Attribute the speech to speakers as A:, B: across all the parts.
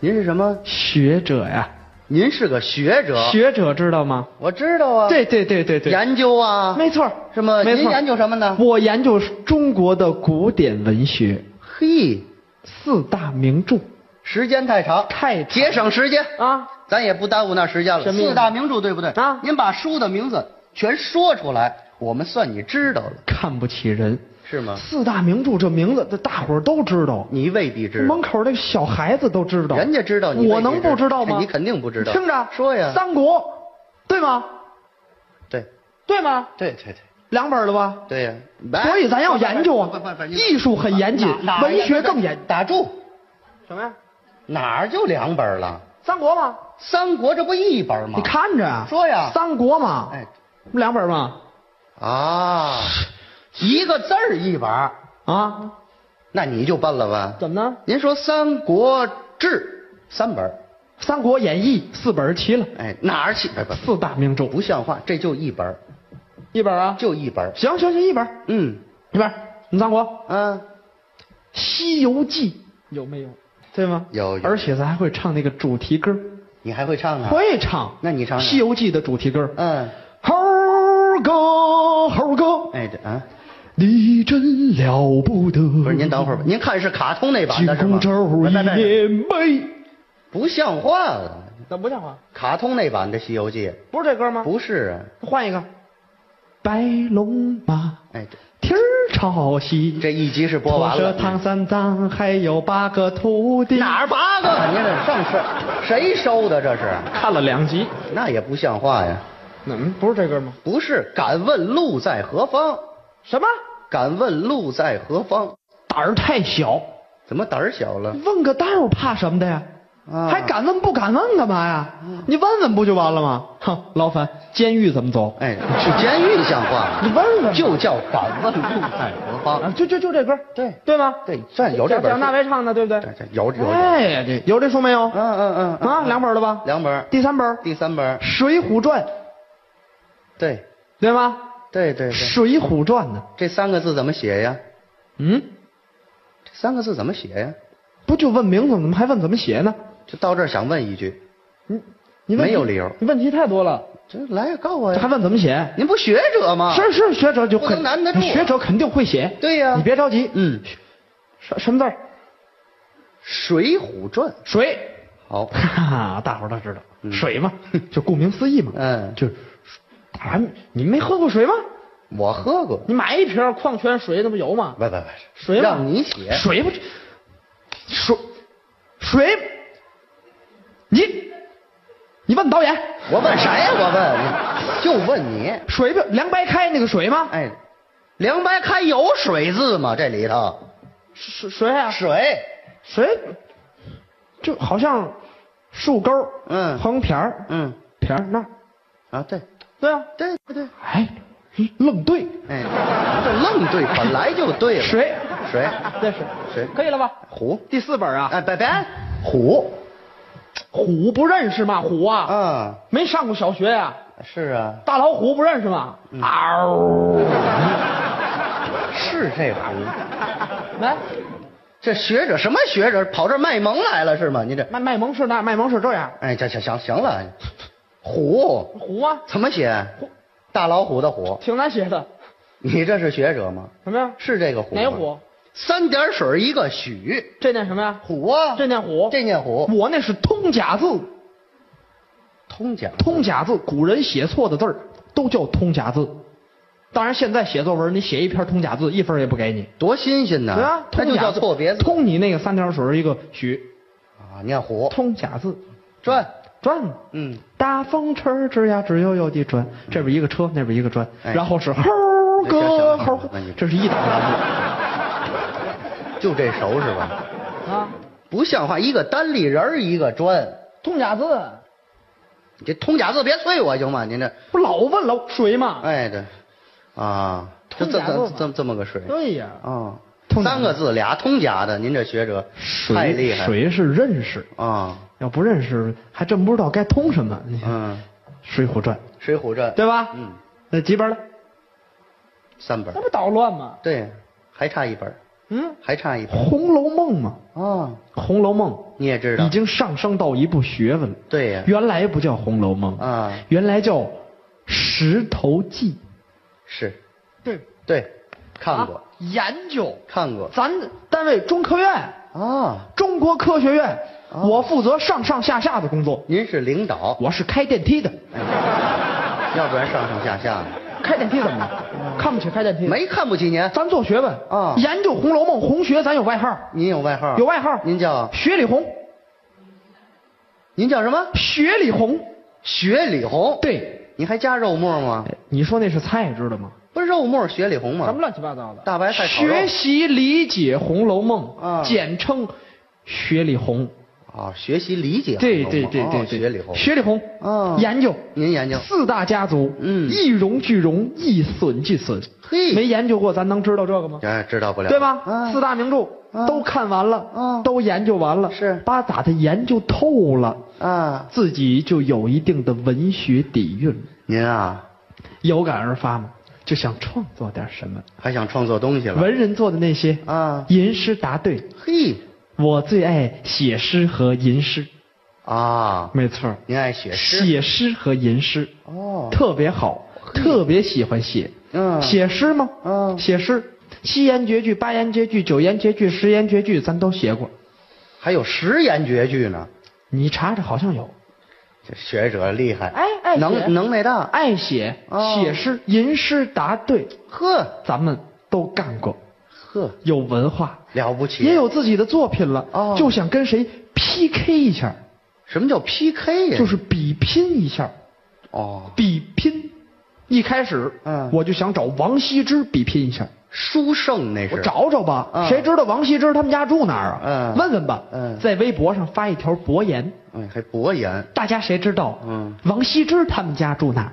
A: 您是什么？
B: 学者呀，
A: 您是个学者。
B: 学者知道吗？
A: 我知道啊。
B: 对对对对对，
A: 研究啊。
B: 没错，
A: 是吗？
B: 没
A: 您
B: 错。
A: 研究什么呢？
B: 我研究中国的古典文学
A: 嘿，
B: 四大名著
A: 时间太长，
B: 太长
A: 节省时间，
B: 啊，
A: 咱也不耽误那时间了。
B: 什么意思
A: 四大名著对不对？
B: 啊
A: 您把书的名字全说出来，我们算你知道了，
B: 看不起人。
A: 是吗？
B: 四大名著这名字，这大伙儿都知道。
A: 你未必知道。
B: 门口那小孩子都知道，
A: 人家知道你
B: 我
A: 未必
B: 能不
A: 知道
B: 道吗？
A: 你肯定不知道
B: 听着，
A: 说呀
B: 三国，对吗？
A: 对，
B: 对吗？
A: 对对对。
B: 两本了吧？
A: 对呀、哎
B: 所以咱要研究啊
A: 不不不，
B: 艺术很严谨
A: 哪哪
B: 文学更严
A: 打住，
B: 什么呀？
A: 哪儿就两本了？
B: 三国吗？
A: 三国这不一本吗？
B: 你看着啊，
A: 说呀
B: 三国嘛，
A: 哎，
B: 不两本吗？
A: 啊，一个字儿一本儿，
B: 啊，
A: 那你就笨了吧？
B: 怎么呢？
A: 您说《三国志》三本儿，
B: 《三国演义》四本儿齐了，
A: 哎，哪儿起？哎不
B: 四大名著
A: 不，像话，这就一本儿，
B: 一本啊？
A: 就一本儿。
B: 行行行，一本儿，
A: 嗯
B: 一本儿。你三国《
A: 啊，
B: 西游记》有没有？对吗？
A: 有有
B: 而且咱还会唱那个主题歌儿。
A: 你还会唱啊？
B: 会唱，
A: 那你唱
B: 《
A: 唱
B: 西游记》的主题歌。
A: 嗯，
B: 猴儿哥，猴儿哥，
A: 哎这啊，
B: 你真了不得。
A: 不
B: 不
A: 是您等会儿吧，您看是卡通那版
B: 惊
A: 的是吗？
B: 弓招
A: 不
B: 一
A: 是不是不是
B: 连袂，
A: 不像话了。
B: 怎么不像话？
A: 卡通那版的《西游记》
B: 不是这歌吗？
A: 不是啊，
B: 换一个。白龙马，
A: 哎，这
B: 蹄儿朝西。
A: 这一集是播完了
B: 驼。舌唐三藏，还有八个徒弟。
A: 哪儿八个？您这上市谁收的？这是，
B: 看了两集？
A: 那也不像话呀！
B: 嗯，不是这歌吗？
A: 不是，敢问路在何方？
B: 什么？
A: 敢问路在何方？
B: 胆儿太小，
A: 怎么胆儿小了？
B: 问个道儿怕什么的呀？
A: 啊
B: 还敢问不敢问干嘛呀？你问问不就完了吗？哼，劳烦，监狱怎么走？
A: 哎，去监狱像话吗？
B: 你问问
A: 就叫敢问路在何
B: 啊
A: 方。
B: 就就就这歌，
A: 对
B: 对吗？
A: 对这有这本书
B: 蒋大为唱的，对不对
A: 这？这有有有，嗯
B: 哎呀，这有这书没有？
A: 嗯嗯
B: 啊，两本了吧？
A: 两本儿，
B: 第三本《
A: 第三本儿，
B: 水浒传》，
A: 对
B: 对吗？
A: 对对对，
B: 《水浒传》呢？
A: 这三个字怎么写呀？
B: 嗯，
A: 这三个字怎么写呀？
B: 不就问名字，怎么还问怎么写呢？
A: 就到这儿想问一句，
B: 你你问题
A: 没有理由
B: 你问题太多了，
A: 这来告我
B: 这还
A: 呀！
B: 问怎么写？
A: 您不学者吗？
B: 是是，学者就
A: 不
B: 肯
A: 能难得住啊
B: 学者肯定会写。
A: 对呀
B: 你别着急，
A: 嗯，《
B: 什什么字儿？
A: 水浒传》
B: 水。
A: 好，
B: 哈哈，大伙儿都知道，水嘛，就顾名思义嘛，
A: 嗯
B: 就是，大伙儿你没喝过水吗？
A: 我喝过。
B: 你买一瓶矿泉水，那不有吗？
A: 喂喂喂，
B: 水嘛
A: 让你写，
B: 水不，水，水，你，你问导演，
A: 我问谁呀？我问，就问你。
B: 水不凉白开那个水吗？
A: 哎，凉白开有水字吗？这里头
B: 水水啊，
A: 水，
B: 水，就好像树沟，
A: 嗯
B: 横撇儿，
A: 嗯，
B: 撇儿那儿，
A: 啊对
B: 对啊，
A: 对对对，
B: 哎，愣对，
A: 哎，这愣对，本来就对了。
B: 水，
A: 水
B: 这是
A: 水
B: 可以了吧？
A: 虎，
B: 第四本啊，
A: 哎别别，虎
B: 虎不认识吗？虎啊，
A: 啊，
B: 没上过小学呀、
A: 是啊，
B: 大老虎不认识吗？嗷、
A: 是这虎。
B: 来，
A: 这学者什么学者跑这儿卖萌来了是吗？你这，
B: 卖卖萌是那卖萌是这样，
A: 哎，这行行行了，虎
B: 虎啊，
A: 怎么写？大老虎的虎，
B: 挺难写的，
A: 你这是学者吗？
B: 什么呀？
A: 是这个虎吗？
B: 哪虎？
A: 三点水一个许，
B: 这念什么呀？
A: 虎啊！
B: 这念虎，
A: 这念虎，
B: 我那是通假字，
A: 通讲
B: 通假字，古人写错的字儿都叫通假字。当然，现在写作文，你写一篇通假字，一分儿也不给你，
A: 多新鲜呐！
B: 对吧？
A: 那就
B: 通假
A: 叫
B: 字
A: 错别字
B: 通你那个三点水儿一个许，
A: 啊！念虎
B: 通假字，
A: 转，
B: 转。
A: 嗯，
B: 大风车吱呀吱悠悠地转，这边一个车，那边一个砖，
A: 哎
B: 然后是猴哥
A: 行行
B: 猴
A: 行那你，
B: 这是一档栏
A: 就这熟是 吧？
B: 目啊，
A: 不像话，一个单立人儿一个砖，
B: 通假字，
A: 你这通假字别催我行吗？您这，
B: 不老问老水吗？
A: 哎这，啊，这
B: 通
A: 这
B: 假字
A: 这
B: 嘛
A: 这这么个水
B: 对呀，
A: 啊
B: 通，假字
A: 三个字俩通假的，您这学者太厉
B: 水
A: 害了
B: 水是认识，
A: 啊！
B: 要不认识还真不知道该通什么。你看《
A: 嗯，《
B: 水浒传
A: 水浒传》》
B: 对吧？
A: 嗯，
B: 那几本了？
A: 三本
B: 那，不捣乱吗？
A: 对，还差一本。
B: 嗯，
A: 还差一
B: 《
A: 步
B: 红楼梦》嘛，
A: 啊！
B: 《红楼梦》
A: 你也知道，
B: 已经上升到一部学问了。
A: 对呀
B: 原来不叫《红楼梦》
A: 啊
B: 原来叫《石头记》。
A: 是
B: 对，
A: 对，看过、
B: 啊研究，
A: 看过
B: 咱单位中科院，
A: 啊，
B: 中国科学院，
A: 啊
B: 我负责上上下下的工作，
A: 您是领导，哎
B: 我是开电梯的。
A: 要不然上上下下的，
B: 开电梯怎么了？看不起开电梯？，
A: 啊没看不起您，
B: 咱做学问
A: 啊
B: 研究《红楼梦》，红学咱有外号，
A: 您有外号？
B: 有外号，
A: 您叫
B: 雪里红，
A: 您叫什么？
B: 雪里红。
A: 雪里红。，
B: 对，哎
A: 您还加肉末吗？
B: 你说那是菜，知道吗？
A: 不是肉末雪里红吗？
B: 乱七八糟的
A: 啊大白菜烤肉
B: 学习理解《红楼梦》
A: 啊
B: 简称雪里红。
A: 啊，学习理解
B: 对
A: 红
B: 对
A: 楼
B: 对
A: 梦
B: 对
A: 哦
B: 对，
A: 雪里红。
B: 雪里红
A: 啊
B: 研究
A: 您研究
B: 四大家族，
A: 嗯
B: 一荣俱荣，一损俱损。
A: 嘿
B: 没研究过，咱能知道这个吗？
A: 哎，知道不了，
B: 对吧？
A: 嗯
B: 四大名著
A: 啊
B: 都看完了
A: 啊，
B: 都研究完了，
A: 是
B: 把咋的研究透了，
A: 啊，
B: 自己就有一定的文学底蕴了，
A: 您啊
B: 有感而发嘛，就想创作点什么。
A: 还想创作东西了
B: 文人做的那些
A: 啊？
B: 吟诗答对，
A: 嘿
B: 我最爱写诗和吟诗，
A: 啊，
B: 没错儿，
A: 您爱写诗
B: 写诗和吟诗
A: 哦？
B: 特别好，特别喜欢写。
A: 嗯
B: 写诗吗？
A: 嗯
B: 写诗，七言绝句、八言绝句、九言绝句、十言绝句，咱都写过。
A: 还有十言绝句呢，
B: 你查查，好像有。
A: 这学者厉害，
B: 哎哎写
A: 能能耐大，
B: 爱写、
A: 哦
B: 写诗、吟诗答对，
A: 呵
B: 咱们都干过，
A: 呵，
B: 有文化，
A: 了不起。
B: 也有自己的作品了，
A: 哦
B: 就想跟谁 PK 一下，
A: 什么叫 PK 呀？
B: 就是比拼一下，
A: 哦，
B: 比拼。一开始，
A: 嗯
B: 我就想找王羲之比拼一下，
A: 书圣那是。
B: 我找找吧，
A: 嗯
B: 谁知道王羲之他们家住哪儿啊？
A: 嗯
B: 问问吧。
A: 嗯
B: 在微博上发一条博言，
A: 哎，还博言
B: 大家谁知道？
A: 嗯
B: 王羲之他们家住哪儿？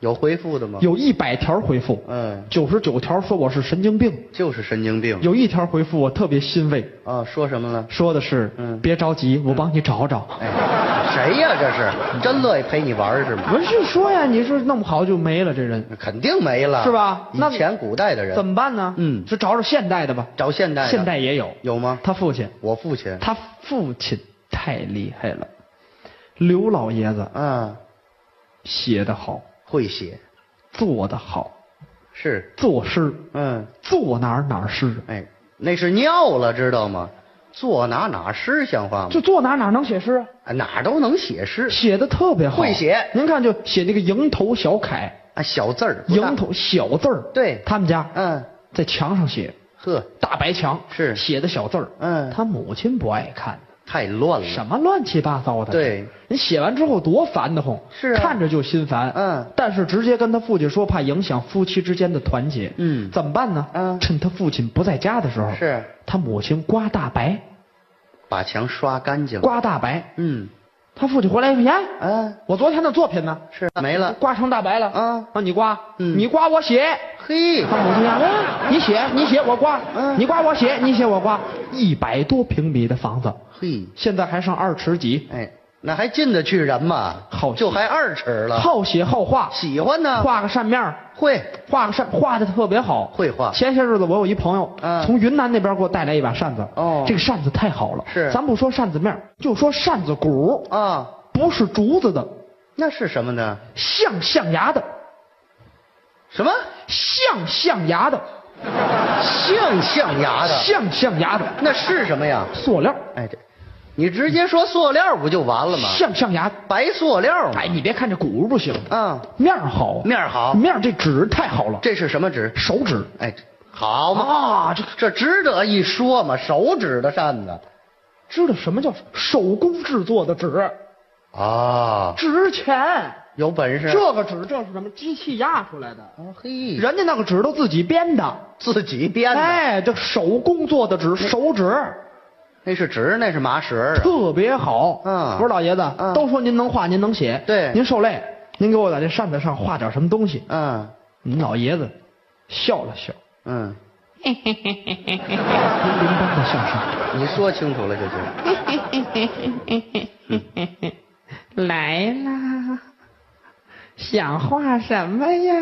A: 有回复的吗？，
B: 有一百条回复，
A: 嗯，
B: 九十九条说我是神经病，
A: 就是神经病。
B: 有一条回复我特别欣慰，
A: 啊，说什么了？
B: 说的是，
A: 嗯
B: 别着急，我帮你找找。
A: 哎，谁呀？这是真乐意陪你玩儿是吗？
B: 不是说呀，你说弄不好就没了这人，
A: 肯定没了，
B: 是吧？那
A: 啊以前古代的人
B: 怎么办呢？
A: 嗯
B: 就找找现代的吧。
A: 找啊嗯现代的？
B: 现代也有
A: 有吗？
B: 他父亲，
A: 我父亲，
B: 他父亲太厉害了，刘老爷子
A: 啊，
B: 写得好，
A: 会写，
B: 做得好，
A: 是，
B: 作诗，
A: 嗯，
B: 做哪儿哪儿诗，
A: 哎，那是尿了，知道吗？坐哪哪诗像话吗？
B: 就做哪儿哪儿能写诗啊。
A: 啊哪儿都能写诗
B: 写的特别好，
A: 会写
B: 您看，就写那个蝇头小楷，
A: 啊，小字儿，不大
B: 蝇，头小字儿，
A: 对
B: 他们家
A: 嗯，
B: 在墙上写，
A: 呵，
B: 大白墙
A: 是
B: 写的小字儿，
A: 嗯
B: 他母亲不爱看，
A: 太乱了，
B: 什么乱七八糟的，
A: 对，
B: 你写完之后多烦得慌，
A: 是啊
B: 看着就心烦，
A: 嗯
B: 但是直接跟他父亲说，怕影响夫妻之间的团结，
A: 嗯
B: 怎么办呢？
A: 嗯
B: 趁他父亲不在家的时候，
A: 是
B: 他母亲刮大白，
A: 把墙刷干净，
B: 刮大白，
A: 嗯，
B: 他父亲回来一看，哎，
A: 啊，
B: 我昨天的作品呢？
A: 是没了，
B: 刮成大白了
A: 啊
B: 你刮，
A: 嗯
B: 你刮我写，
A: 嘿，
B: 他母亲呀，哎你写你写我刮，
A: 嗯
B: 你刮我写你写我刮，一百多平米的房子，
A: 嘿，
B: 现在还剩二尺几，
A: 哎，那还进得去人吗？
B: 好
A: 就还二尺了，
B: 好写好画，
A: 喜欢呢，
B: 画个扇面儿，
A: 会
B: 画个扇画的特别好，
A: 会画
B: 前些日子我有一朋友，
A: 嗯
B: 从云南那边给我带来一把扇子，
A: 哦
B: 这个扇子太好了，
A: 是
B: 咱不说扇子面儿，就说扇子骨，
A: 啊，
B: 不是竹子的，
A: 那是什么呢？
B: 像象牙的，
A: 什么
B: 像象牙的，
A: 象象牙的？
B: 像象牙的，
A: 那是什么呀？
B: 塑料。
A: 哎，这你直接说塑料不就完了吗？
B: 像象牙。
A: 白塑料嘛
B: 哎，。你别看这骨不行，
A: 啊，
B: 面儿好，
A: 面儿好
B: 面儿这纸太好了，
A: 这是什么纸？
B: 手指
A: 哎，这好嘛，
B: 啊，这
A: 这值得一说嘛，手指的扇子
B: 知道什么叫手工制作的纸，
A: 啊，
B: 值钱。
A: 有本事。
B: 这个纸这是什么？机器压出来的，
A: 啊嘿，
B: 人家那个纸都自己编的。
A: 自己编的，
B: 哎，这手工做的纸，手指
A: 那是纸，那是麻绳儿啊。
B: 特别好。
A: 嗯
B: 不是老爷子，
A: 嗯
B: 都说您能画，您能写，
A: 对
B: 您受累，您给我在这扇子上画点什么东西。
A: 嗯
B: 您老爷子笑了笑，
A: 嗯，
B: 叮铃般的笑声。
A: 嗯你说清楚了就行。
B: 来啦，想画什么呀？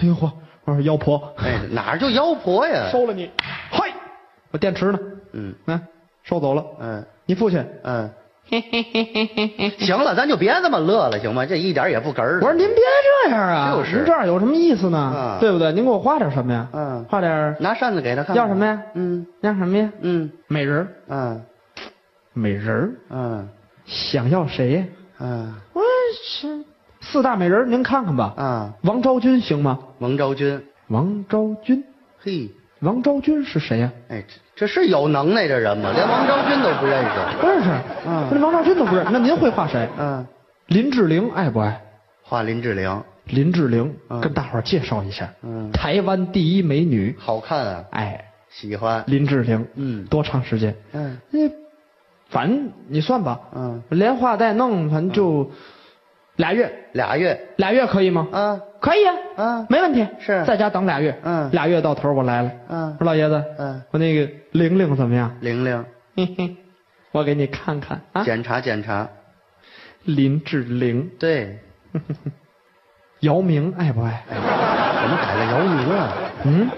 B: 哎呦嚯！我说妖婆，
A: 哎，哪儿就妖婆呀？
B: 收了你。嘿，我电池呢？
A: 嗯
B: 嗯，收走了。
A: 嗯
B: 你父亲，
A: 嗯，行了，咱就别这么乐了，行吗？这一点也不哏儿。
B: 我说您别这样啊，
A: 就是
B: 您这样有什么意思呢？
A: 嗯
B: 对不对？您给我画点什么呀？
A: 嗯
B: 画点儿
A: 拿扇子给他看看，
B: 要什么呀
A: 嗯
B: 那什么呀？
A: 嗯
B: 美人儿，
A: 嗯
B: 美人儿，
A: 嗯
B: 想要谁呀？
A: 嗯
B: 我是四大美人儿，您看看吧。
A: 啊，
B: 王昭君行吗？
A: 王昭君，
B: 王昭君，
A: 嘿，
B: 王昭君是谁呀、
A: 哎，这这是有能耐的人吗？连王昭君都不认识。
B: 不认识，
A: 嗯
B: 那王昭君都不认识。那您会画谁？
A: 嗯，
B: 林志玲爱不爱？
A: 画林志玲，
B: 林志玲
A: 嗯
B: 跟大伙儿介绍一下，
A: 嗯
B: 台湾第一美女。
A: 好看啊，
B: 哎，
A: 喜欢。
B: 林志玲，
A: 嗯
B: 多长时间？
A: 嗯
B: 那反正你算吧，
A: 嗯，
B: 连画带弄，反正就俩月，
A: 俩月
B: 俩月可以吗？
A: 嗯啊
B: 可以啊，
A: 啊，
B: 没问题。
A: 是
B: 在家等俩月，
A: 嗯
B: 俩月到头我来了。
A: 嗯
B: 说老爷子，
A: 嗯，
B: 我那个玲玲怎么样？
A: 玲玲
B: 嘿嘿，我给你看看啊，
A: 检查检查，
B: 林志玲，
A: 对，
B: 姚明爱不爱？
A: 怎么改了姚明了？
B: 嗯，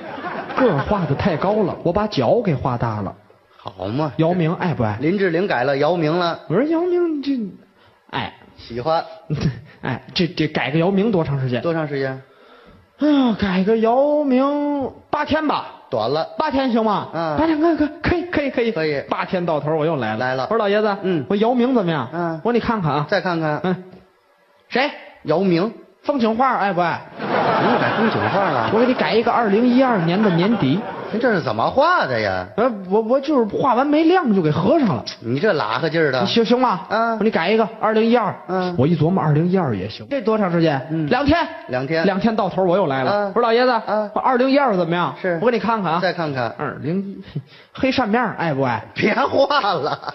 B: 个儿画的太高了，我把脚给画大了。
A: 好嘛，
B: 姚明爱不爱？
A: 林志玲改了姚明了，
B: 我说姚明这，哎，
A: 喜欢。
B: 哎，这这改个姚明多长时间？
A: 多长时间？
B: 哎呀，改个姚明八天吧，
A: 短了，
B: 八天行吗？
A: 嗯
B: 八天可以可以可以可以
A: 可以
B: 八天到头我又来了，
A: 来了
B: 我说老爷子，
A: 嗯
B: 我姚明怎么样？
A: 嗯
B: 我说你看看啊，
A: 再看看
B: 嗯，谁？
A: 姚明，
B: 风景画哎爱 不爱？
A: 又改风景画了。
B: 我给你改一个二零一二年的年底。
A: 您这是怎么画的呀？
B: 呃，我我就是画完没晾就给合上了，
A: 你这拉哈劲儿的
B: 你，行行吧？
A: 嗯
B: 我说你改一个二零一二。
A: 嗯
B: 我一琢磨二零一二也行。这多长时间？
A: 嗯
B: 两天。
A: 两天
B: 两天到头我又来了。
A: 嗯
B: 我说老爷子，
A: 嗯
B: 我二零一二怎么样？
A: 是
B: 我给你看看啊。
A: 再看看，
B: 二零一，黑扇面爱不爱？
A: 别画了。